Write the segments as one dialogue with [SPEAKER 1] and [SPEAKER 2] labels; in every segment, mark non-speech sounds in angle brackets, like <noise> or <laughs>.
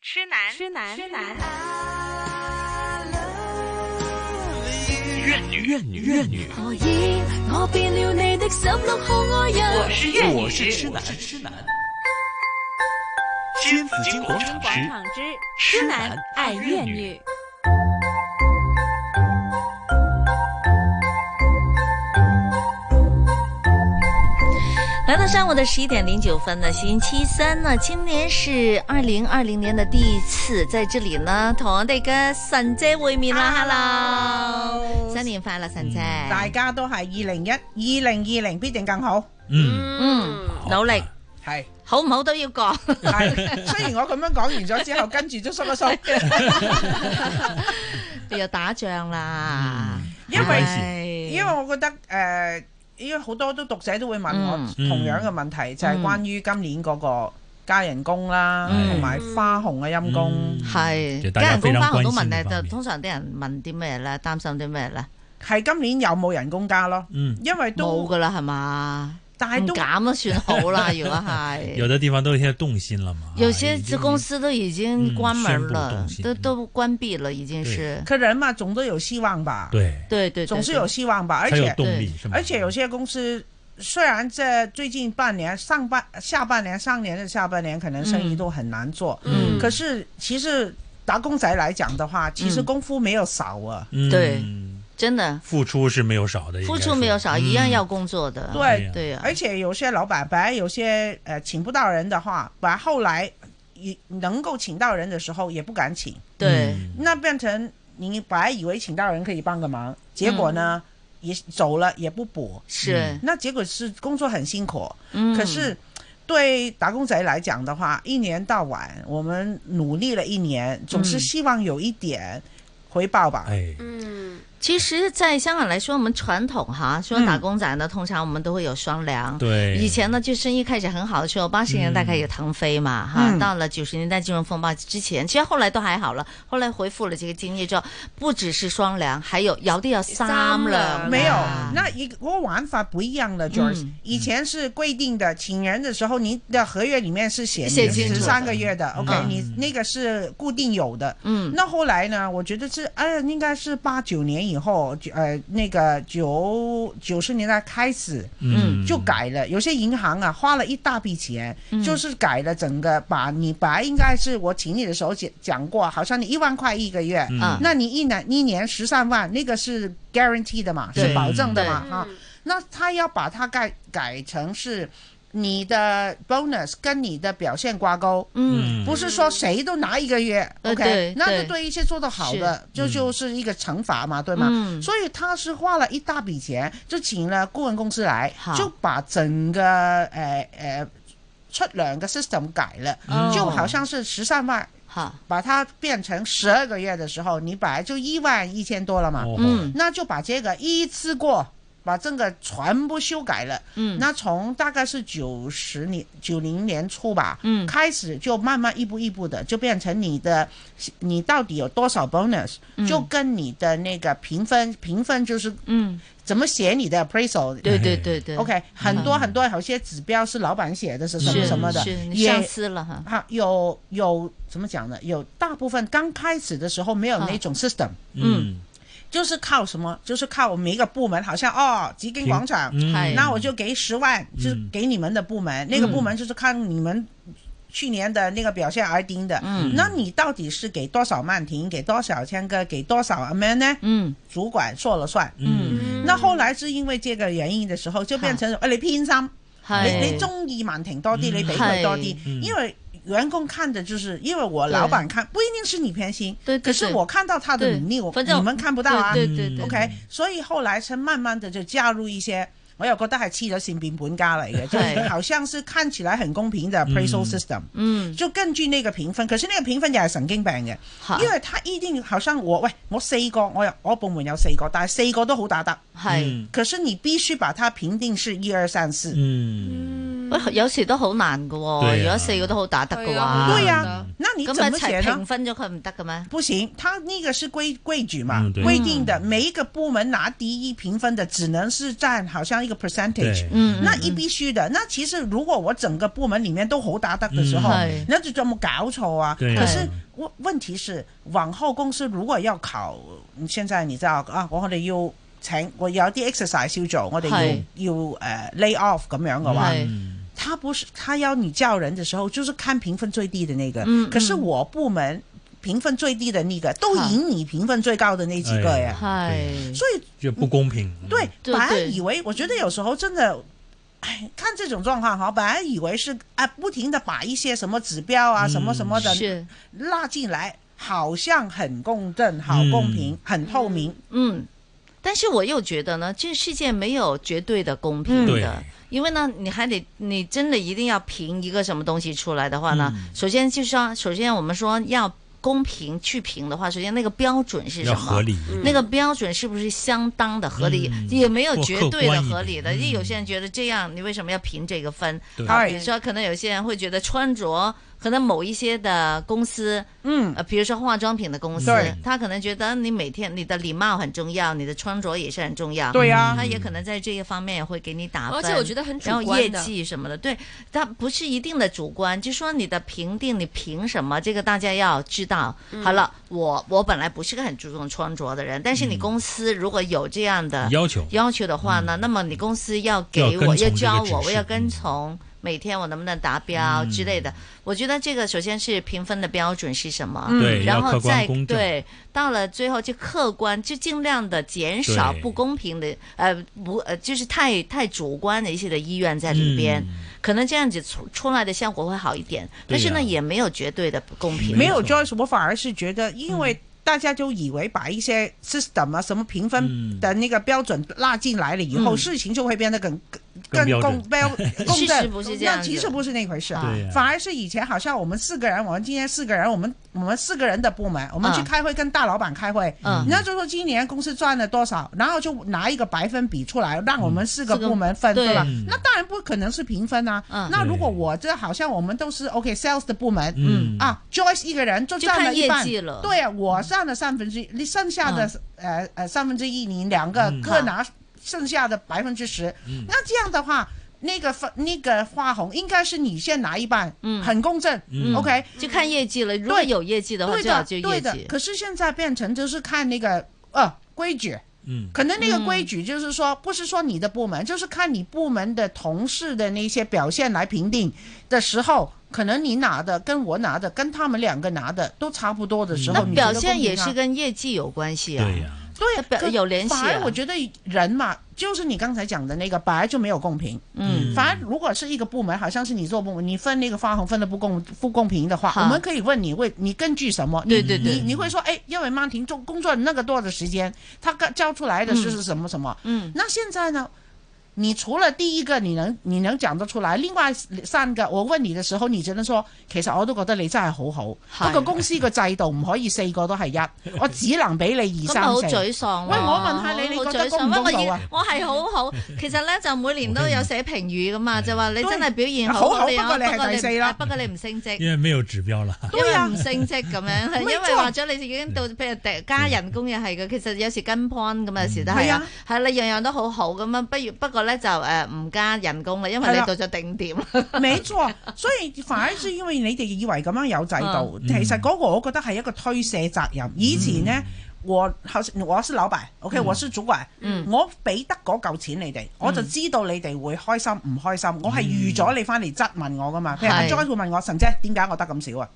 [SPEAKER 1] 痴男，哎
[SPEAKER 2] 痴男，
[SPEAKER 1] 痴男。
[SPEAKER 3] 怨女，怨女，怨女。
[SPEAKER 4] 何以我變了你的十六號愛
[SPEAKER 1] 我
[SPEAKER 4] 人？
[SPEAKER 1] 是粤女，
[SPEAKER 3] 我是痴男，痴男。新紫金广场
[SPEAKER 2] 广
[SPEAKER 1] 哎
[SPEAKER 3] 之
[SPEAKER 2] 场之
[SPEAKER 3] 痴
[SPEAKER 2] 痴
[SPEAKER 3] 男
[SPEAKER 2] 男
[SPEAKER 3] 爱
[SPEAKER 2] 爱
[SPEAKER 3] 粤
[SPEAKER 2] 粤
[SPEAKER 3] 女
[SPEAKER 2] 女。
[SPEAKER 5] 来到上午的十一点零九分呢，星期三呢，今年是二零二零年的第一次在这里呢，同我哋嘅神姐會面啦，Hello，新年快樂，神姐，
[SPEAKER 6] 大家都係二零一、二零二零必定更好，
[SPEAKER 3] 嗯，
[SPEAKER 5] 嗯，努力，
[SPEAKER 6] 係。
[SPEAKER 5] 好唔好都要 <laughs> 過，
[SPEAKER 6] 但係雖然我咁樣講完咗之後，跟住都縮一縮，
[SPEAKER 5] 又打仗啦，
[SPEAKER 6] 因為
[SPEAKER 5] 唉
[SPEAKER 6] 因為我覺得誒、呃因為好多都讀者都會問我
[SPEAKER 3] 嗯
[SPEAKER 6] 同樣嘅問題，就係
[SPEAKER 5] 嗯
[SPEAKER 6] 關於今年嗰個加人工啦，
[SPEAKER 3] 嗯
[SPEAKER 6] 同埋、花紅嘅陰公。
[SPEAKER 3] 其實
[SPEAKER 5] 係
[SPEAKER 3] 大家
[SPEAKER 5] 加人工
[SPEAKER 3] 非常
[SPEAKER 5] 花紅都
[SPEAKER 3] 關心
[SPEAKER 5] 問
[SPEAKER 3] 呢
[SPEAKER 5] 咧，
[SPEAKER 3] 方
[SPEAKER 5] 就
[SPEAKER 3] 面
[SPEAKER 5] 通常啲人問啲咩咧，擔心啲咩咧，
[SPEAKER 6] 係今年有冇人工加咯？
[SPEAKER 3] 嗯，
[SPEAKER 6] 因為
[SPEAKER 5] 冇
[SPEAKER 6] 都
[SPEAKER 5] 噶啦係嘛，
[SPEAKER 6] 但係
[SPEAKER 5] 唔
[SPEAKER 6] 都
[SPEAKER 5] 減都算好 <laughs> 啦，如果係。
[SPEAKER 3] 有的地方都有些动心了嘛。
[SPEAKER 5] 有
[SPEAKER 3] 啊
[SPEAKER 5] 些
[SPEAKER 3] 已
[SPEAKER 5] 子
[SPEAKER 3] 经
[SPEAKER 5] 公司都已经
[SPEAKER 3] 嗯
[SPEAKER 5] 关
[SPEAKER 3] 宣
[SPEAKER 5] 门
[SPEAKER 3] 布
[SPEAKER 5] 了
[SPEAKER 3] 冻，薪
[SPEAKER 5] 都
[SPEAKER 3] 嗯
[SPEAKER 5] 都关闭了，已经
[SPEAKER 3] 对
[SPEAKER 5] 是。
[SPEAKER 6] 可人嘛，總都有希望吧，
[SPEAKER 3] 对
[SPEAKER 5] 对对，对
[SPEAKER 6] 總是有
[SPEAKER 5] 对
[SPEAKER 6] 希望吧。而
[SPEAKER 3] 才有
[SPEAKER 6] 且
[SPEAKER 3] 动力是吗？
[SPEAKER 6] 而且有些公司雖然在最近半年、上半下半年、上年的下半年可能生意
[SPEAKER 5] 嗯
[SPEAKER 6] 都很難做，
[SPEAKER 5] 嗯
[SPEAKER 6] 可是其實打工仔來講的話，其實功夫沒有少啊。
[SPEAKER 3] 嗯
[SPEAKER 5] 对真的
[SPEAKER 3] 付出是没有少的，应
[SPEAKER 5] 付
[SPEAKER 3] 该
[SPEAKER 5] 出没
[SPEAKER 3] 说
[SPEAKER 5] 有少，一样要工作的。
[SPEAKER 6] 对哎
[SPEAKER 3] 呀
[SPEAKER 5] 对呀，
[SPEAKER 6] 而且有些老板本来有些呃请不到人的话，本来后来也能够请到人的时候也不敢请，
[SPEAKER 5] 对，
[SPEAKER 3] 嗯
[SPEAKER 6] 那变成你本来以为请到人可以帮个忙，结果呢、也走了也不补，
[SPEAKER 5] 是。
[SPEAKER 6] 那结果是工作很辛苦。
[SPEAKER 5] 嗯，
[SPEAKER 6] 可是对打工仔来讲的话，一年到晚我们努力了一年，总是
[SPEAKER 5] 嗯
[SPEAKER 6] 希望有一点回报吧。
[SPEAKER 3] 哎，
[SPEAKER 1] 嗯，
[SPEAKER 5] 其实，在香港来说，我们传统哈说
[SPEAKER 6] 嗯
[SPEAKER 5] 打工仔呢，通常我们都会有双粮。
[SPEAKER 3] 对，嗯
[SPEAKER 5] 以前呢，就生意开始很好的时候，八十年代开始腾飞嘛，哈，
[SPEAKER 6] 嗯
[SPEAKER 5] 到了九十年代金融风暴之前，其实后来都还好了。后来回复了这个经济之后，不只是双粮，还有有啲有三
[SPEAKER 1] 三
[SPEAKER 5] 粮
[SPEAKER 1] 粮
[SPEAKER 5] 㗎，
[SPEAKER 6] 没有，那一个我玩法不一样的，George、
[SPEAKER 5] 嗯
[SPEAKER 6] 以前是规定的，请人的时候，您的合约里面是写
[SPEAKER 5] 写清楚
[SPEAKER 6] 十三
[SPEAKER 5] 的
[SPEAKER 6] 个月的，OK，、
[SPEAKER 5] 嗯
[SPEAKER 6] 你那个是固定有的。
[SPEAKER 5] 嗯
[SPEAKER 6] 那后来呢？我觉得是，哎，应该是八九年以后，九呃，那个九九十年代开始
[SPEAKER 3] 嗯
[SPEAKER 6] 就改了。有些银行啊，花了一大笔钱，
[SPEAKER 5] 嗯
[SPEAKER 6] 就是改了整个，把你本来应该是我请你的时候讲讲过，好像你一万块一个月，
[SPEAKER 5] 啊
[SPEAKER 6] 那你一年一年十三万，那个是 guarantee 的嘛，
[SPEAKER 5] 对
[SPEAKER 6] 是保证的嘛
[SPEAKER 1] 嗯
[SPEAKER 6] 啊。那他要把它改改成是你的 bonus 跟你的表现挂钩，
[SPEAKER 5] 嗯，
[SPEAKER 6] 不是说谁都拿一个月、
[SPEAKER 5] 呃
[SPEAKER 6] o
[SPEAKER 5] 对
[SPEAKER 6] k 那
[SPEAKER 5] 对
[SPEAKER 6] 就对一些做得好的，就
[SPEAKER 3] 嗯
[SPEAKER 6] 就是一个惩罚嘛，对吗？
[SPEAKER 5] 嗯，
[SPEAKER 6] 所以他是花了一大笔钱，就请了顾问公司来
[SPEAKER 5] 好，
[SPEAKER 6] 就把整个呃呃出粮嘅 system 改了，
[SPEAKER 5] 哦
[SPEAKER 6] 就好像是十三万
[SPEAKER 5] 好，
[SPEAKER 6] 把它变成十二个月的时候，你本来就一万一千多了嘛，
[SPEAKER 3] 哦
[SPEAKER 5] 嗯
[SPEAKER 6] 那就把这个依次过，把这个全部修改了。
[SPEAKER 5] 嗯，
[SPEAKER 6] 那从大概是九十年、九零年初吧，
[SPEAKER 5] 嗯
[SPEAKER 6] 开始就慢慢一步一步的就变成你的，你到底有多少 bonus，、
[SPEAKER 5] 嗯
[SPEAKER 6] 就跟你的那个评分，评分就是
[SPEAKER 5] 嗯，
[SPEAKER 6] 怎么写你的 appraisal。
[SPEAKER 5] 对对对对
[SPEAKER 6] OK，很多很多，有些指标是老板写的，是什么
[SPEAKER 5] 是
[SPEAKER 6] 什么的，
[SPEAKER 5] 是你
[SPEAKER 6] 也
[SPEAKER 5] 上司了哈，
[SPEAKER 6] 哈，有有怎么讲呢？有大部分刚开始的时候没有
[SPEAKER 5] 啊
[SPEAKER 6] 那种 system，、
[SPEAKER 3] 嗯
[SPEAKER 6] 就是靠什么？就是靠我们一个部门，好像哦，紫金广场，
[SPEAKER 5] 嗯
[SPEAKER 6] 那我就给十万，就是给你们的部门，那个部门就是看你们去年的那个表现而定的。
[SPEAKER 5] 嗯
[SPEAKER 6] 那你到底是给多少曼婷，给多少千哥，给多少 a man 呢？
[SPEAKER 5] 嗯
[SPEAKER 6] 主管说了算。
[SPEAKER 3] 嗯
[SPEAKER 6] 那後來是因為這個原因嘅時候，就變
[SPEAKER 5] 嗯
[SPEAKER 6] 成哎誒你偏心，哎你你
[SPEAKER 5] 係
[SPEAKER 6] 中意曼婷多啲，你俾佢多啲，
[SPEAKER 5] 哎
[SPEAKER 3] 嗯
[SPEAKER 6] 因為員工看的就是，因為我老闆看，不一定是你偏心，
[SPEAKER 5] 對對
[SPEAKER 6] 可是
[SPEAKER 5] 對
[SPEAKER 6] 我看到他的
[SPEAKER 5] 對
[SPEAKER 6] 努力，我
[SPEAKER 5] 反正
[SPEAKER 6] 你們看不到啊
[SPEAKER 5] 對對對對
[SPEAKER 6] ，OK，所以後來才慢慢的就加入一些。我又覺得係黐咗線變本加厲嘅，就是
[SPEAKER 5] 係
[SPEAKER 6] 好像是看起來很公平的 appraisal system，、
[SPEAKER 5] 嗯
[SPEAKER 6] 就根據呢個評分，可是呢個評分又係神經病嘅，
[SPEAKER 5] 好
[SPEAKER 6] 因為他一定好像我喂我四個，我有我部門有四個，但係四個都好打得，
[SPEAKER 5] 係，
[SPEAKER 6] 可是你必须把它评定是一二三四。
[SPEAKER 3] 嗯
[SPEAKER 5] 喂有時都好難㗎喎，
[SPEAKER 3] 對啊
[SPEAKER 5] 如果四個都好打得嘅
[SPEAKER 1] 係啊
[SPEAKER 5] 話，
[SPEAKER 6] 對呀、
[SPEAKER 1] 嗯
[SPEAKER 6] 那你
[SPEAKER 5] 咁
[SPEAKER 6] 怎
[SPEAKER 5] 咪
[SPEAKER 6] 么
[SPEAKER 5] 一
[SPEAKER 6] 写
[SPEAKER 5] 齊
[SPEAKER 6] 呢
[SPEAKER 5] 平？分咗佢唔得嘅咩？
[SPEAKER 6] 不行，它那个是规规矩嘛，
[SPEAKER 3] 嗯对
[SPEAKER 6] 规定的每一个部门拿第一评分的只能是占好像一个 percentage，
[SPEAKER 3] 对
[SPEAKER 5] 嗯，
[SPEAKER 6] 那一必须的。那其实如果我整个部门里面都好打得的时候
[SPEAKER 5] 嗯是，
[SPEAKER 6] 那就这么搞错啊。
[SPEAKER 3] 对
[SPEAKER 6] 可是问问题是，往后公司如果要考，现在你知道啊，我哋要請我有啲 exercise 要做，我哋
[SPEAKER 5] 是
[SPEAKER 6] 要要誒、呃 lay off 咁樣嘅話。
[SPEAKER 5] 係
[SPEAKER 3] 嗯
[SPEAKER 6] 他不是他要你叫人的时候，就是看评分最低的那个。
[SPEAKER 5] 嗯
[SPEAKER 6] 可是我部门评分最低的那个，都赢你评分最高的那几
[SPEAKER 5] 哎
[SPEAKER 6] 个耶。
[SPEAKER 5] 係
[SPEAKER 6] 所以
[SPEAKER 3] 就不公平。
[SPEAKER 6] 对，
[SPEAKER 5] 对
[SPEAKER 6] 本来
[SPEAKER 5] 对
[SPEAKER 6] 以为我觉得有时候真的。哎，看这种状况哈，本来以为是啊，不停的把一些什么指标啊、
[SPEAKER 3] 嗯
[SPEAKER 6] 什么什么的
[SPEAKER 5] 是
[SPEAKER 6] 拉进来，好像很公正、好公平、很透明。
[SPEAKER 5] 嗯，但是我又觉得呢，这个世界没有绝对的公
[SPEAKER 3] 嗯
[SPEAKER 5] 平
[SPEAKER 3] 对
[SPEAKER 5] 的，因为呢，你还得你真的一定要评一个什么东西出来的话呢，
[SPEAKER 3] 嗯
[SPEAKER 5] 首先就是要，首先我们说要公平去评的话，首先那个标准是什
[SPEAKER 3] 要
[SPEAKER 5] 么？嗯
[SPEAKER 3] 合理，
[SPEAKER 5] 那个标准是不是相当的合理？
[SPEAKER 3] 嗯
[SPEAKER 5] 也没有
[SPEAKER 3] 或
[SPEAKER 5] 绝
[SPEAKER 3] 客
[SPEAKER 5] 对的
[SPEAKER 3] 观一
[SPEAKER 5] 合理
[SPEAKER 3] 点
[SPEAKER 5] 的，因为有些
[SPEAKER 3] 嗯
[SPEAKER 5] 人觉得这样，你为什么要评这个分？
[SPEAKER 3] 对
[SPEAKER 5] 好，
[SPEAKER 6] 哎
[SPEAKER 5] 比如说，可能有些人会觉得穿着，可能某一些的公司，
[SPEAKER 6] 嗯，
[SPEAKER 5] 呃，比如说化妆品的公司
[SPEAKER 6] 对，
[SPEAKER 5] 他可能觉得你每天你的礼貌很重要，你的穿着也是很重要。
[SPEAKER 6] 对啊呀、
[SPEAKER 3] 嗯
[SPEAKER 5] 他也可能在这一方面也会给你打分，
[SPEAKER 1] 而且我觉得很主
[SPEAKER 5] 然后业
[SPEAKER 1] 观的，
[SPEAKER 5] 绩什么的，对，它不是一定的主观，就说你的评定，你凭什么？这个大家要知道。好了，
[SPEAKER 1] 嗯
[SPEAKER 5] 我我本来不是个很注重穿着的人，但是你
[SPEAKER 3] 嗯
[SPEAKER 5] 公司如果有这样的
[SPEAKER 3] 要求
[SPEAKER 5] 要求的话呢，那么你公司要
[SPEAKER 3] 嗯要
[SPEAKER 5] 给
[SPEAKER 3] 跟
[SPEAKER 5] 我，
[SPEAKER 3] 从这
[SPEAKER 5] 要
[SPEAKER 3] 个
[SPEAKER 5] 教
[SPEAKER 3] 指
[SPEAKER 5] 我，我
[SPEAKER 3] 示
[SPEAKER 5] 要跟从。每天我能不能达标
[SPEAKER 3] 嗯
[SPEAKER 5] 之类的，我觉得这个首先是评分的标准是什么，
[SPEAKER 3] 嗯对，
[SPEAKER 5] 然
[SPEAKER 3] 要
[SPEAKER 5] 后
[SPEAKER 3] 客观
[SPEAKER 5] 再
[SPEAKER 3] 公正，
[SPEAKER 5] 对，到了最后就客观，就尽量的减少
[SPEAKER 3] 对
[SPEAKER 5] 不公平的，呃，不呃，就是太太主观的一些的意愿在里边，可能这样子出出来的效果会好一点。但是呢，
[SPEAKER 3] 嗯对呀
[SPEAKER 5] 也没有绝对的不公平。
[SPEAKER 6] 没有
[SPEAKER 3] 没错
[SPEAKER 6] Joyce，我反而是觉得，因
[SPEAKER 5] 嗯
[SPEAKER 6] 为大家就以为把一些 system 啊、什么评分
[SPEAKER 3] 嗯
[SPEAKER 6] 的那个标准拉进来了以后，
[SPEAKER 5] 嗯
[SPEAKER 6] 事情就会变得更
[SPEAKER 3] 更
[SPEAKER 6] 更
[SPEAKER 3] 标
[SPEAKER 6] 公
[SPEAKER 3] 准 <laughs>
[SPEAKER 6] 标公
[SPEAKER 5] 事实
[SPEAKER 6] 正，
[SPEAKER 5] 不是这样
[SPEAKER 6] 那
[SPEAKER 5] 子
[SPEAKER 6] 其实不是那回事
[SPEAKER 5] 啊
[SPEAKER 3] 对呀
[SPEAKER 6] 反而是以前好像我们四个人，我们今天四个人，我们我们四个人的部门，我们
[SPEAKER 5] 嗯
[SPEAKER 6] 去开会跟大老板开会，
[SPEAKER 5] 嗯
[SPEAKER 6] 人家就说今年公司赚了多少，然后就拿一个百分比出来，让我们四个
[SPEAKER 5] 四个
[SPEAKER 6] 部门分，
[SPEAKER 5] 对
[SPEAKER 6] 对吧
[SPEAKER 3] 嗯？
[SPEAKER 6] 那当然不可能是平分啊
[SPEAKER 5] 嗯。
[SPEAKER 6] 那如果
[SPEAKER 3] 对
[SPEAKER 6] 我这好像我们都是 OK sales 的部门，
[SPEAKER 3] 嗯
[SPEAKER 6] 啊，Joyce 一个人就
[SPEAKER 5] 就
[SPEAKER 6] 占了
[SPEAKER 5] 看
[SPEAKER 6] 一
[SPEAKER 5] 业
[SPEAKER 6] 半，
[SPEAKER 5] 绩了
[SPEAKER 6] 对啊，我占了三分之一，
[SPEAKER 5] 嗯
[SPEAKER 6] 你剩下的、呃呃三分之一，你两个
[SPEAKER 3] 嗯
[SPEAKER 6] 各拿剩下的百分之十。
[SPEAKER 3] 嗯
[SPEAKER 6] 那这样的话，那个分那个花红应该是你先拿一半，
[SPEAKER 5] 嗯
[SPEAKER 6] 很公正。
[SPEAKER 3] 嗯
[SPEAKER 6] OK，
[SPEAKER 5] 就看业绩了。如果
[SPEAKER 6] 对
[SPEAKER 5] 有业绩的话，
[SPEAKER 6] 对
[SPEAKER 5] 最好
[SPEAKER 6] 的，
[SPEAKER 5] 就
[SPEAKER 6] 对
[SPEAKER 5] 业
[SPEAKER 6] 的
[SPEAKER 5] 绩。。
[SPEAKER 6] 可是现在变成就是看那个呃规矩，
[SPEAKER 3] 嗯，
[SPEAKER 6] 可能那个规矩就是说，不是说你的部门，就是看你部门的同事的那些表现来评定的时候，可能你拿的跟我拿的跟他们两个拿的都差不多的时
[SPEAKER 5] 嗯那
[SPEAKER 6] 候，你觉
[SPEAKER 5] 表
[SPEAKER 6] 得公平啊
[SPEAKER 5] 现也是跟业绩有关系啊。
[SPEAKER 3] 对呀，
[SPEAKER 6] 对
[SPEAKER 5] 那
[SPEAKER 6] 啊
[SPEAKER 5] 表
[SPEAKER 6] 可
[SPEAKER 5] 有联系啊
[SPEAKER 6] 反而我觉得人嘛，就是你刚才讲的那个，本来就没有公平。
[SPEAKER 5] 嗯，
[SPEAKER 6] 反而如果是一个部门，好像是你做部门，你分那个花红分的不公不公平的话，
[SPEAKER 5] 好
[SPEAKER 6] 我们可以问你为你根据什么？你
[SPEAKER 5] 对对
[SPEAKER 6] 你
[SPEAKER 5] 对，
[SPEAKER 6] 你会说，哎，因为曼婷做工作那个多的时间，他刚交出来的是是什么什么？
[SPEAKER 5] 嗯
[SPEAKER 6] 那现在呢？你除了第一个你能你能講得出來，另外三個我問你嘅時候，你只能說其實我都覺得你真係好好，
[SPEAKER 5] 係
[SPEAKER 6] 不過公司個制度唔可以四個都係一，我只能俾你
[SPEAKER 5] 咁
[SPEAKER 6] 二
[SPEAKER 5] 咪好
[SPEAKER 6] 三四。
[SPEAKER 5] 沮喪咯。啊
[SPEAKER 6] 喂我問下你你
[SPEAKER 5] 好
[SPEAKER 6] 覺得
[SPEAKER 5] 沮
[SPEAKER 6] 公唔
[SPEAKER 5] 喪喂
[SPEAKER 6] 公道
[SPEAKER 5] 我
[SPEAKER 6] 啊
[SPEAKER 5] 以我係好好，其實咧就每年都有寫評語噶嘛，
[SPEAKER 3] 嗯
[SPEAKER 5] 就話你真係表現
[SPEAKER 6] 好好
[SPEAKER 5] 好有
[SPEAKER 6] 不過你係第四啦啊
[SPEAKER 5] 不過你唔
[SPEAKER 6] <laughs>
[SPEAKER 5] 升職。
[SPEAKER 3] 因为没有指标了，
[SPEAKER 5] 因為唔升職咁樣，因
[SPEAKER 6] 咪
[SPEAKER 5] 為
[SPEAKER 6] 即係
[SPEAKER 5] 話咗你已經到，譬如加人工又係嘅，其實有時跟 point 咁，有時都係啊
[SPEAKER 6] 嗯，
[SPEAKER 5] 係啦，樣樣都好好咁樣，啊不如不過咧就誒唔加人工啦，因為
[SPEAKER 6] 係
[SPEAKER 5] 你
[SPEAKER 6] 啦
[SPEAKER 5] 到咗頂點。 <laughs>
[SPEAKER 6] 冇錯，所以反而是因為你哋以為咁樣有制度，
[SPEAKER 3] 嗯
[SPEAKER 6] 其實嗰個我覺得係一個推卸責任。以前呢，我好似我是老闆，OK，、我是主管，
[SPEAKER 5] 嗯
[SPEAKER 6] 我俾得嗰嚿錢你哋，我就知道你哋會開心唔開心，我係預咗你翻嚟質問我噶嘛。譬如阿
[SPEAKER 5] 嗯係
[SPEAKER 6] Joy 會問我，岑姐點解我得咁少啊？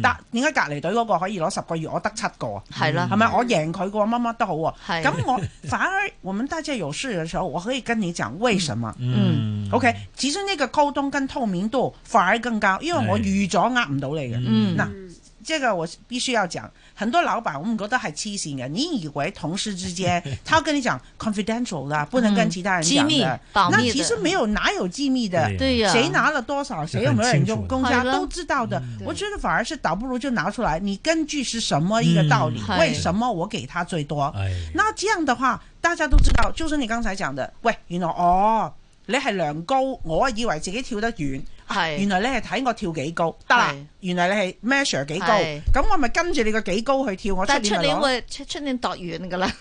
[SPEAKER 3] 嗯
[SPEAKER 6] 得點解隔離隊嗰個可以攞十個月，我得七個啊？
[SPEAKER 5] 係啦
[SPEAKER 6] 係，咪？我贏佢嘅喎，乜乜都好喎。
[SPEAKER 5] 嗯係
[SPEAKER 6] 咁我反而我們大家有事嘅時候，我可以跟你講為什麼。
[SPEAKER 3] 嗯
[SPEAKER 6] OK，其實呢個溝通跟透明度反而更高，因為我
[SPEAKER 3] 係
[SPEAKER 6] 預咗呃唔到你嘅。
[SPEAKER 5] 嗯
[SPEAKER 3] 啊
[SPEAKER 6] 嗱
[SPEAKER 1] 嗯，
[SPEAKER 6] 这個我必須要講，很多老闆我們覺得係黐線嘅，你以為同事
[SPEAKER 5] <laughs>
[SPEAKER 6] 之間，他跟你講 confidential 啦，不能跟其他人
[SPEAKER 5] 機
[SPEAKER 6] 講
[SPEAKER 5] 嗯密
[SPEAKER 6] 的，
[SPEAKER 5] 保
[SPEAKER 6] 那
[SPEAKER 5] 密
[SPEAKER 6] 其實
[SPEAKER 5] 的，
[SPEAKER 6] 沒有哪有機密的。
[SPEAKER 3] 对呀
[SPEAKER 5] 對呀，
[SPEAKER 6] 谁拿了多少，谁有没有人用公家
[SPEAKER 5] 是很清楚啊的
[SPEAKER 6] 都知道的
[SPEAKER 3] 嗯。
[SPEAKER 6] 我觉得反而是倒不如就拿出来，你根据是什么一个道理，
[SPEAKER 5] 嗯
[SPEAKER 6] 为什么我给他最多？
[SPEAKER 3] 哎，
[SPEAKER 6] 那这样的话，大家都知道，就是你刚才讲的，喂，原来哦，你係量高，我以為自己跳得遠，
[SPEAKER 5] 係
[SPEAKER 6] 原來你係睇我跳幾高，得啦
[SPEAKER 5] 係。
[SPEAKER 6] 原來你係 measure 幾高，
[SPEAKER 5] 係
[SPEAKER 6] 咁我咪跟住你個幾高去跳，我出
[SPEAKER 5] 但係
[SPEAKER 6] 年
[SPEAKER 5] 出
[SPEAKER 6] 咪
[SPEAKER 5] 年
[SPEAKER 6] 攞。
[SPEAKER 5] 會出出年度完噶啦，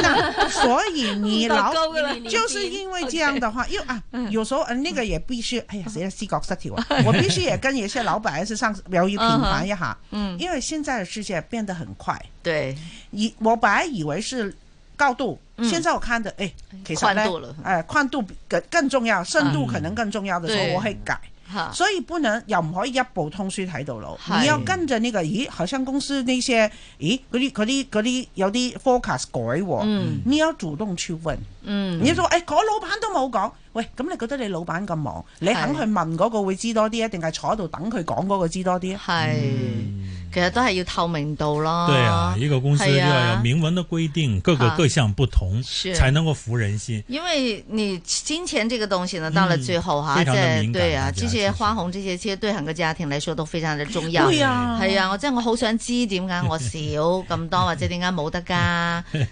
[SPEAKER 6] 那 <laughs> 所以 <laughs> 你老
[SPEAKER 5] 度高嗯噶啦，
[SPEAKER 6] 就是因为这样的话，因为啊，有时候呃那个也必须，哎呀，谁的视觉
[SPEAKER 5] <laughs>
[SPEAKER 6] 失调啊？我必须也跟一些老板还是上要去品牌一下，
[SPEAKER 5] 嗯，
[SPEAKER 6] 因为现在的世界变得很快，
[SPEAKER 5] 對，
[SPEAKER 6] 以我本来以为是高度，
[SPEAKER 5] 嗯
[SPEAKER 6] 现在我看的，哎，其实呢
[SPEAKER 5] 寬度了，
[SPEAKER 6] 哎，宽度比更更重要，深度
[SPEAKER 3] 嗯
[SPEAKER 6] 可能更重要的时
[SPEAKER 5] 對
[SPEAKER 6] 候，我会改。
[SPEAKER 5] 嚇，
[SPEAKER 6] 所以不能又唔可以一步通書睇到老，
[SPEAKER 5] 嗯係
[SPEAKER 6] 你要跟着呢、個，咦，後生公司呢些，咦嗰啲嗰啲嗰啲有啲 forecast 改喎、
[SPEAKER 5] 嗯
[SPEAKER 6] 你有主動去問，
[SPEAKER 5] 嗯
[SPEAKER 6] 你要話誒嗰老闆都冇講，喂，咁你覺得你老闆咁忙，你肯去問嗰個會知多啲啊，定係坐喺度等佢講嗰個知多啲啊？
[SPEAKER 5] 係，其實都係要透明度咯，
[SPEAKER 3] 嗯对啊，一个公司
[SPEAKER 5] 係啊
[SPEAKER 3] 要有明文的规定，各个
[SPEAKER 5] 好
[SPEAKER 3] 各项不同，
[SPEAKER 5] 是
[SPEAKER 3] 才能够服人心。
[SPEAKER 5] 因为你金钱这个东西呢，到了最后哈，
[SPEAKER 3] 嗯非常地
[SPEAKER 5] 即系
[SPEAKER 3] 敏感
[SPEAKER 5] 对
[SPEAKER 3] 大
[SPEAKER 5] 啊，
[SPEAKER 3] 家
[SPEAKER 5] 这
[SPEAKER 3] 其
[SPEAKER 5] 些
[SPEAKER 3] 实
[SPEAKER 5] 花红这些，其实对很个家庭嚟说都非常的重要。
[SPEAKER 6] 會啊，
[SPEAKER 5] 系啊，我真係我好想知點解
[SPEAKER 3] <laughs>
[SPEAKER 5] 我少咁多，或者點解冇得㗎？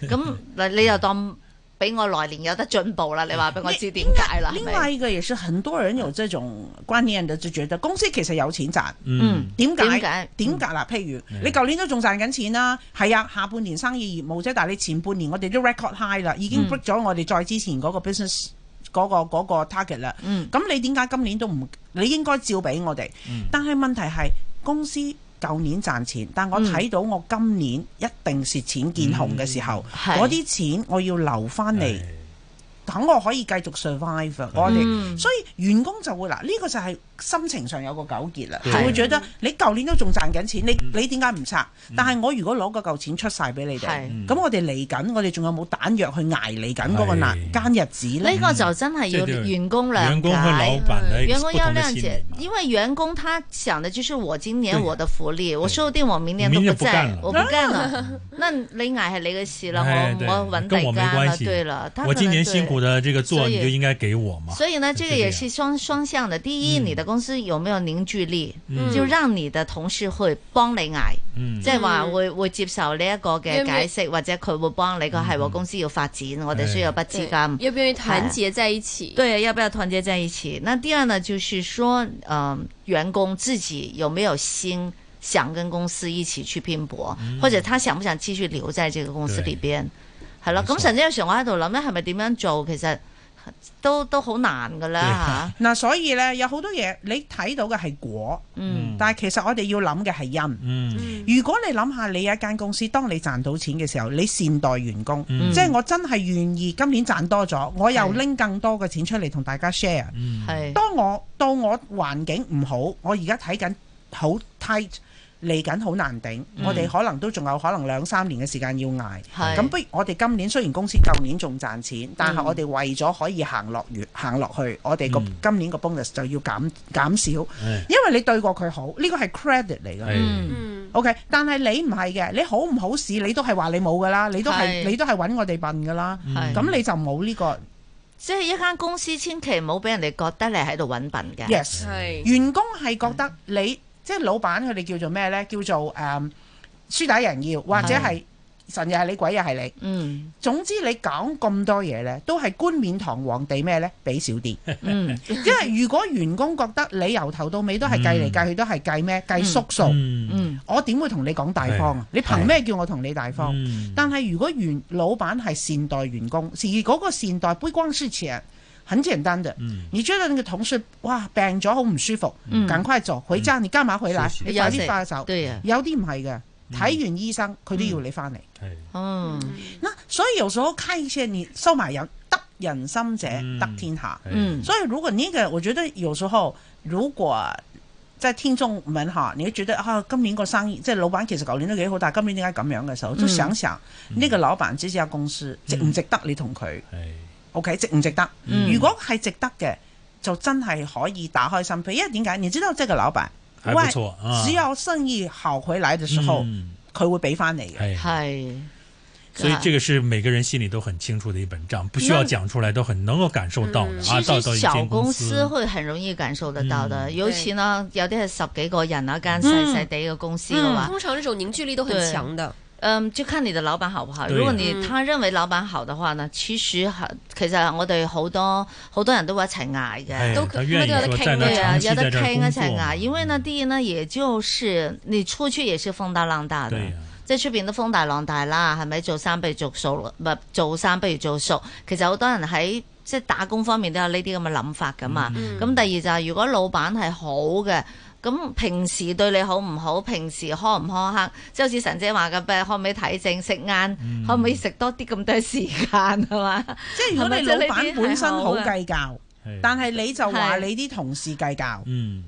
[SPEAKER 5] 咁嗱，你又當俾我來年有得進步啦？你話俾我知點解啦？係
[SPEAKER 6] 另
[SPEAKER 5] 咪
[SPEAKER 6] 外一個也是很多人有這種觀念的，就覺得公司其實有錢賺。
[SPEAKER 5] 嗯，
[SPEAKER 6] 點解？
[SPEAKER 5] 點解
[SPEAKER 6] 點解嗱？譬如
[SPEAKER 3] 嗯
[SPEAKER 6] 你舊年都仲賺緊錢啦，係啊，下半年生意業務啫，但係你前半年我哋都 record high 啦，已經
[SPEAKER 5] 嗯
[SPEAKER 6] break 咗我哋再之前嗰個 business 嗰、個嗰、個 target 啦。
[SPEAKER 5] 嗯
[SPEAKER 6] 咁你點解今年都唔？你應該照俾我哋。
[SPEAKER 3] 嗯
[SPEAKER 6] 但係問題係公司舊年賺錢，但我
[SPEAKER 5] 嗯
[SPEAKER 6] 睇到我今年一定蝕錢見紅嘅時候，
[SPEAKER 5] 嗯係
[SPEAKER 6] 嗰啲、錢我要留翻嚟。
[SPEAKER 3] 哎
[SPEAKER 6] 等我可以繼續 survive 啊我哋，
[SPEAKER 5] 嗯
[SPEAKER 6] 所以員工就會嗱，呢、個就係心情上有個糾結啦，就
[SPEAKER 3] 對
[SPEAKER 6] 會覺
[SPEAKER 5] 嗯
[SPEAKER 6] 得你舊年都仲賺緊錢，你你點解唔拆？但係我如果攞嗰嚿錢出晒俾你哋
[SPEAKER 3] 嗯
[SPEAKER 5] 係，
[SPEAKER 6] 咁我哋嚟緊，我哋仲有冇彈藥去捱嚟緊嗰個難
[SPEAKER 3] 係
[SPEAKER 6] 艱日子呢？
[SPEAKER 5] 呢個就真係
[SPEAKER 3] 這
[SPEAKER 5] 要
[SPEAKER 3] 就是
[SPEAKER 5] 員工
[SPEAKER 3] 员
[SPEAKER 5] 諒
[SPEAKER 3] 工和老
[SPEAKER 5] 解。
[SPEAKER 3] 板的一个
[SPEAKER 5] 哎员
[SPEAKER 3] 不
[SPEAKER 5] 工
[SPEAKER 3] 同
[SPEAKER 5] 要
[SPEAKER 3] 的
[SPEAKER 5] 谅
[SPEAKER 3] 心
[SPEAKER 5] 解
[SPEAKER 3] 理，嘛。
[SPEAKER 5] 因为员工他想的就是我今年
[SPEAKER 3] 对
[SPEAKER 5] 我的福利，我说不定我明年
[SPEAKER 3] 我
[SPEAKER 5] 都
[SPEAKER 3] 明年不干
[SPEAKER 5] 在
[SPEAKER 3] 了，
[SPEAKER 5] 我不干了。
[SPEAKER 3] <laughs>
[SPEAKER 5] 那你挨系你嘅事啦，
[SPEAKER 3] 哎
[SPEAKER 5] 我
[SPEAKER 3] 对
[SPEAKER 5] 我稳
[SPEAKER 3] 跟
[SPEAKER 5] 底
[SPEAKER 3] 我没
[SPEAKER 5] 干
[SPEAKER 3] 关
[SPEAKER 5] 了。
[SPEAKER 3] 系
[SPEAKER 5] 对了，他
[SPEAKER 3] 我
[SPEAKER 5] 可
[SPEAKER 3] 今
[SPEAKER 5] 能
[SPEAKER 3] 年
[SPEAKER 5] 对
[SPEAKER 3] 辛苦的这个
[SPEAKER 5] 所
[SPEAKER 3] 做，
[SPEAKER 5] 以
[SPEAKER 3] 你就应该给我嘛。
[SPEAKER 5] 所以呢，这个
[SPEAKER 3] 是
[SPEAKER 5] 也
[SPEAKER 3] 这
[SPEAKER 5] 是双双向的。第一，
[SPEAKER 3] 嗯
[SPEAKER 5] 你的公司有没有凝聚力，
[SPEAKER 3] 嗯
[SPEAKER 5] 就让你的同事会帮你挨，
[SPEAKER 3] 嗯，
[SPEAKER 5] 即系话會會接受呢一個嘅
[SPEAKER 1] 因為
[SPEAKER 5] 解釋，或者佢會幫你。佢
[SPEAKER 3] 嗯
[SPEAKER 5] 係喎，公司要發展，我
[SPEAKER 3] 哎
[SPEAKER 5] 哋需要筆資
[SPEAKER 1] 对
[SPEAKER 5] 金。
[SPEAKER 1] 愿不愿意团结在一起？
[SPEAKER 5] 啊对，要不要团结在一起？那第二呢，就是说，嗯、员工自己有没有心想跟公司一起去拼搏，或者他想不想继续留在这个公司里边？系啦，
[SPEAKER 3] 冇
[SPEAKER 5] 咁
[SPEAKER 3] 錯
[SPEAKER 5] 甚至有時我喺度諗咧，係咪點樣做？其實都都好難噶 <laughs> 啦
[SPEAKER 6] 嗱，所以呢，有好多嘢你睇到嘅係果，
[SPEAKER 5] 吓，嗯，
[SPEAKER 6] 但係其實我哋要諗嘅係因。
[SPEAKER 3] 嗯
[SPEAKER 6] 如果你諗下你有一間公司，當你賺到錢嘅時候，你善待員工，
[SPEAKER 3] 嗯
[SPEAKER 6] 即係我真係願意今年賺多咗，我又
[SPEAKER 5] 係
[SPEAKER 6] 拎更多嘅錢出嚟同大家 share。
[SPEAKER 3] 嗯，
[SPEAKER 5] 係
[SPEAKER 6] 當我到我環境唔好，我而家睇緊好 tight，嚟緊好難頂，
[SPEAKER 5] 嗯
[SPEAKER 6] 我哋可能都仲有可能兩三年嘅時間要捱。
[SPEAKER 5] 係
[SPEAKER 6] 咁不如我哋今年雖然公司舊年仲賺錢，但係
[SPEAKER 5] 嗯
[SPEAKER 6] 我哋為咗可以行落月行落去，我哋個
[SPEAKER 3] 嗯
[SPEAKER 6] 今年個 bonus 就要減減少，因
[SPEAKER 3] 哎
[SPEAKER 6] 為你對過佢好，呢個係 credit 嚟
[SPEAKER 3] 哎
[SPEAKER 6] 㗎。
[SPEAKER 5] 嗯，
[SPEAKER 1] 嗯，
[SPEAKER 6] OK，但係你唔係嘅，你好唔好市你都係話你冇㗎啦，你都係
[SPEAKER 5] 係
[SPEAKER 6] 你都係揾我哋笨㗎啦，
[SPEAKER 5] 係
[SPEAKER 6] 咁你就冇呢個
[SPEAKER 5] 即係一間公司千祈唔好俾人哋覺得你喺度揾笨嘅
[SPEAKER 6] yes。
[SPEAKER 1] 系
[SPEAKER 6] 員工係覺得你即係老闆，佢哋叫做咩呢？叫做誒、嗯、輸打人要，或者係神又係你，鬼又係你。
[SPEAKER 5] 嗯
[SPEAKER 6] 總之你講咁多嘢呢，都係冠冕堂皇地咩呢？俾少啲，
[SPEAKER 5] 嗯，
[SPEAKER 6] 因為如果員工覺得你由頭到尾都係計嚟計去都係計咩計縮數，
[SPEAKER 3] 嗯
[SPEAKER 5] 嗯
[SPEAKER 6] 我點會同你講大方啊？你憑咩叫我同你大方？
[SPEAKER 3] 嗯
[SPEAKER 6] 但係如果員老闆係善待員工，而嗰個善待不光是錢，很簡單的。
[SPEAKER 3] 嗯
[SPEAKER 6] 你覺得那個同事哇病咗好唔舒服，
[SPEAKER 5] 嗯
[SPEAKER 6] 趕快走，回家你幹嘛回哎來
[SPEAKER 3] 休？息
[SPEAKER 6] 你快啲快走。
[SPEAKER 5] 對啊，
[SPEAKER 6] 有啲唔係嘅，睇完醫生佢都要你翻嚟。
[SPEAKER 3] 哎
[SPEAKER 5] 嗯
[SPEAKER 6] 嗱，所以有時候開一些你收埋人，得人心者
[SPEAKER 3] 嗯
[SPEAKER 6] 得天下。
[SPEAKER 3] 哎
[SPEAKER 5] 嗯，
[SPEAKER 6] 所以如果那個，我覺得有時候如果在聽眾們哈，你會覺得啊，今年個生意即係老闆其實舊年都幾好，但係今年點解咁樣嘅時候，
[SPEAKER 5] 嗯
[SPEAKER 6] 就想想呢個老闆之家公司值唔值得你同佢
[SPEAKER 3] 哎
[SPEAKER 6] OK 值唔值得？
[SPEAKER 5] 嗯
[SPEAKER 6] 如果係值得嘅，就真係可以打開心扉，因為點解？你知道即個老闆，
[SPEAKER 3] 還不錯啊，
[SPEAKER 6] 只有生意好回來嘅時候，
[SPEAKER 3] 嗯
[SPEAKER 6] 佢、會俾翻你嘅。
[SPEAKER 3] 哎
[SPEAKER 5] 係，
[SPEAKER 3] 所以这
[SPEAKER 5] 個
[SPEAKER 3] 个是每个人心里都很清楚的一本账，不需要讲出来，都很能够感受到的
[SPEAKER 1] 嗯
[SPEAKER 3] 啊。
[SPEAKER 5] 其
[SPEAKER 3] 到
[SPEAKER 5] 实
[SPEAKER 3] 到一
[SPEAKER 5] 小
[SPEAKER 3] 间
[SPEAKER 5] 公司
[SPEAKER 3] 司，
[SPEAKER 5] 會很容易感受得到的，
[SPEAKER 3] 嗯
[SPEAKER 5] 尤其
[SPEAKER 1] 嗯
[SPEAKER 5] 呢有啲係十幾個人啊，間細細地嘅公司嘅話，
[SPEAKER 1] 通常这种凝聚力都很强的，
[SPEAKER 5] 嗯，就看你的老闆好不好。
[SPEAKER 3] 對啊
[SPEAKER 5] 如果你
[SPEAKER 1] 嗯
[SPEAKER 5] 他認為老闆好的話呢，其實係其實我哋好多好多人都會一齊捱嘅
[SPEAKER 3] 哎，
[SPEAKER 1] 都
[SPEAKER 3] 他願意
[SPEAKER 1] 都有得
[SPEAKER 3] 說
[SPEAKER 1] 傾
[SPEAKER 3] 在那
[SPEAKER 1] 的
[SPEAKER 5] 對啊，
[SPEAKER 3] 長期
[SPEAKER 5] 有
[SPEAKER 3] 在
[SPEAKER 5] 得
[SPEAKER 3] 這兒
[SPEAKER 5] 傾一
[SPEAKER 3] 工
[SPEAKER 5] 齊
[SPEAKER 3] 作嘛
[SPEAKER 5] 捱。因為呢，第一呢，也就是你出去也是風大浪大的。
[SPEAKER 3] 對呀，啊
[SPEAKER 5] 即係出邊都風大浪大啦，係咪做衫不如做數啦，唔係做衫不如做數。其實好多人喺即係打工方面都有呢啲咁嘅諗法噶嘛。
[SPEAKER 3] 嗯
[SPEAKER 5] 咁、第二就係、如果老闆係好嘅，咁平時對你好唔好，平時苛唔苛刻，即係好似神姐話嘅，譬如可唔可以睇正食晏，
[SPEAKER 3] 嗯
[SPEAKER 5] 可唔可以食多啲咁多時間啊係嘛？
[SPEAKER 6] 即係如果你老闆本身好計較，
[SPEAKER 3] 哎
[SPEAKER 6] 但係你就話
[SPEAKER 5] 係
[SPEAKER 6] 你啲同事計較，
[SPEAKER 3] 嗯，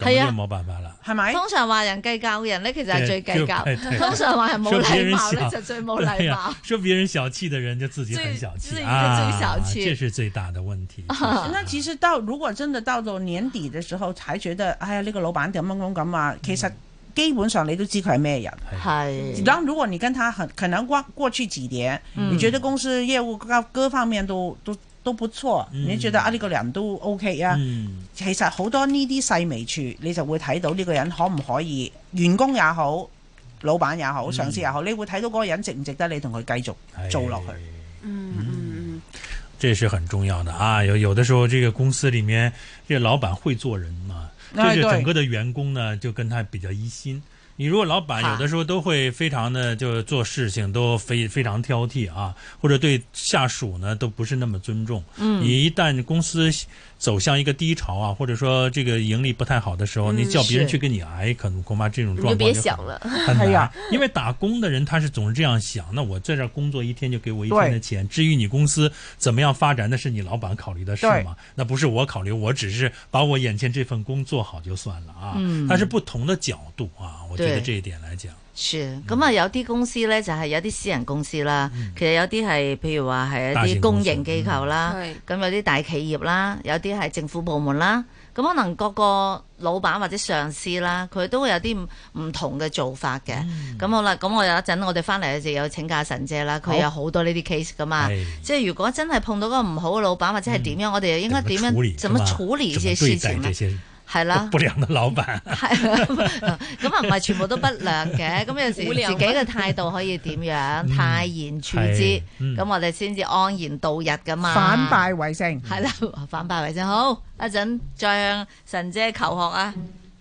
[SPEAKER 3] 咁
[SPEAKER 5] 係啊
[SPEAKER 3] 就冇辦法啦。
[SPEAKER 6] 係咪？
[SPEAKER 5] 通常話人計較嘅人咧，其實係最計較
[SPEAKER 3] 對對；對 <laughs>
[SPEAKER 5] 通常話人冇
[SPEAKER 3] 說別
[SPEAKER 5] 禮
[SPEAKER 3] 人
[SPEAKER 5] 貌咧，
[SPEAKER 3] 小
[SPEAKER 5] 就最冇
[SPEAKER 3] 对
[SPEAKER 5] 禮
[SPEAKER 3] 哎呀、
[SPEAKER 5] 貌。
[SPEAKER 3] 说别人小气的人就自己很小
[SPEAKER 5] 自
[SPEAKER 3] 气
[SPEAKER 5] 己
[SPEAKER 3] 啊，
[SPEAKER 5] 自己小气
[SPEAKER 3] 这是最大的问题。
[SPEAKER 6] <laughs> 那其實到如果真的到到年底嘅時候，才覺得哎呀呢、個老闆點樣咁咁啊，其實基本上你都知佢係咩人。
[SPEAKER 5] 係
[SPEAKER 6] 然後如果你跟他很可能過過去幾年，
[SPEAKER 5] 嗯
[SPEAKER 6] 你覺得公司業務各各方面都都都不錯，
[SPEAKER 3] 嗯
[SPEAKER 6] 你覺得啊呢、個人都 OK 啊。
[SPEAKER 3] 嗯，
[SPEAKER 6] 其實好多呢啲細微處，你就會睇到呢個人可唔可以，員工也好，老闆也好，
[SPEAKER 3] 嗯
[SPEAKER 6] 上司也好，你會睇到嗰個人值唔值得你同佢繼續做落去。
[SPEAKER 3] 哎
[SPEAKER 1] 嗯嗯
[SPEAKER 3] 这是很重要的啊。有有的时候，这个公司里面，这老板会做人嘛，
[SPEAKER 6] 哎
[SPEAKER 3] 这个
[SPEAKER 6] 对
[SPEAKER 3] 整个的员工呢，就跟他比较一心。你如果老板
[SPEAKER 5] 哈
[SPEAKER 3] 有的时候都会非常的就做事情都非非常挑剔啊，或者对下属呢都不是那么尊重。
[SPEAKER 5] 嗯
[SPEAKER 3] 你一旦公司走向一个低潮啊，或者说这个盈利不太好的时候，
[SPEAKER 1] 嗯
[SPEAKER 3] 你叫别人
[SPEAKER 5] 是
[SPEAKER 3] 去跟你挨，可能恐怕这种
[SPEAKER 1] 你
[SPEAKER 3] 状
[SPEAKER 1] 就
[SPEAKER 3] 况
[SPEAKER 1] 别
[SPEAKER 3] 很
[SPEAKER 1] 想了，
[SPEAKER 3] 很
[SPEAKER 6] 哎
[SPEAKER 3] 难
[SPEAKER 6] 呀，
[SPEAKER 3] 因为打工的人他是总是这样想，那我在这儿工作一天就给我一天
[SPEAKER 6] 对
[SPEAKER 3] 的钱，至于你公司怎么样发展，那是你老板考虑的事
[SPEAKER 6] 对
[SPEAKER 3] 嘛，那不是我考虑，我只是把我眼前这份工做好就算了啊，
[SPEAKER 5] 嗯
[SPEAKER 3] 它是不同的角度啊，我觉得
[SPEAKER 5] 对
[SPEAKER 3] 这一点来讲，
[SPEAKER 5] 是咁啊，有啲公司咧就係有啲私人公司啦，其實有啲係譬如話係
[SPEAKER 3] 大
[SPEAKER 5] 一啲
[SPEAKER 3] 型
[SPEAKER 5] 嗯公
[SPEAKER 3] 公司
[SPEAKER 5] 營機構啦，
[SPEAKER 1] 嗯
[SPEAKER 5] 咁有啲大企業啦，有啲係政府部門啦，咁可能各個老闆或者上司啦，佢都會有啲唔唔同嘅做法嘅。咁好啦，咁我有一陣我哋翻嚟就有請教神姐啦，佢有嗯好多呢啲 case 噶嘛。
[SPEAKER 3] 哎，
[SPEAKER 5] 即係如果真係碰到個唔好嘅老闆或者係點樣，我哋又應該點
[SPEAKER 3] 怎么处理
[SPEAKER 5] 樣
[SPEAKER 3] 是吧怎么
[SPEAKER 5] 怎麼處理呢些
[SPEAKER 3] 对
[SPEAKER 5] 事
[SPEAKER 3] 待
[SPEAKER 5] 情呢
[SPEAKER 3] 这？些
[SPEAKER 5] 係啦
[SPEAKER 3] 不。良的老板，
[SPEAKER 5] 係啦， <laughs> 咁啊唔係全部都不良 <laughs> 嘅，咁有時
[SPEAKER 1] 好良
[SPEAKER 5] 自己嘅態度可以點樣，
[SPEAKER 3] 嗯
[SPEAKER 5] 泰然處之
[SPEAKER 3] 哎，嗯
[SPEAKER 5] 咁我哋先至安然度日噶嘛。
[SPEAKER 6] 反敗為勝。
[SPEAKER 5] 係啦，反敗為勝。好，一陣再向神姐求學啊！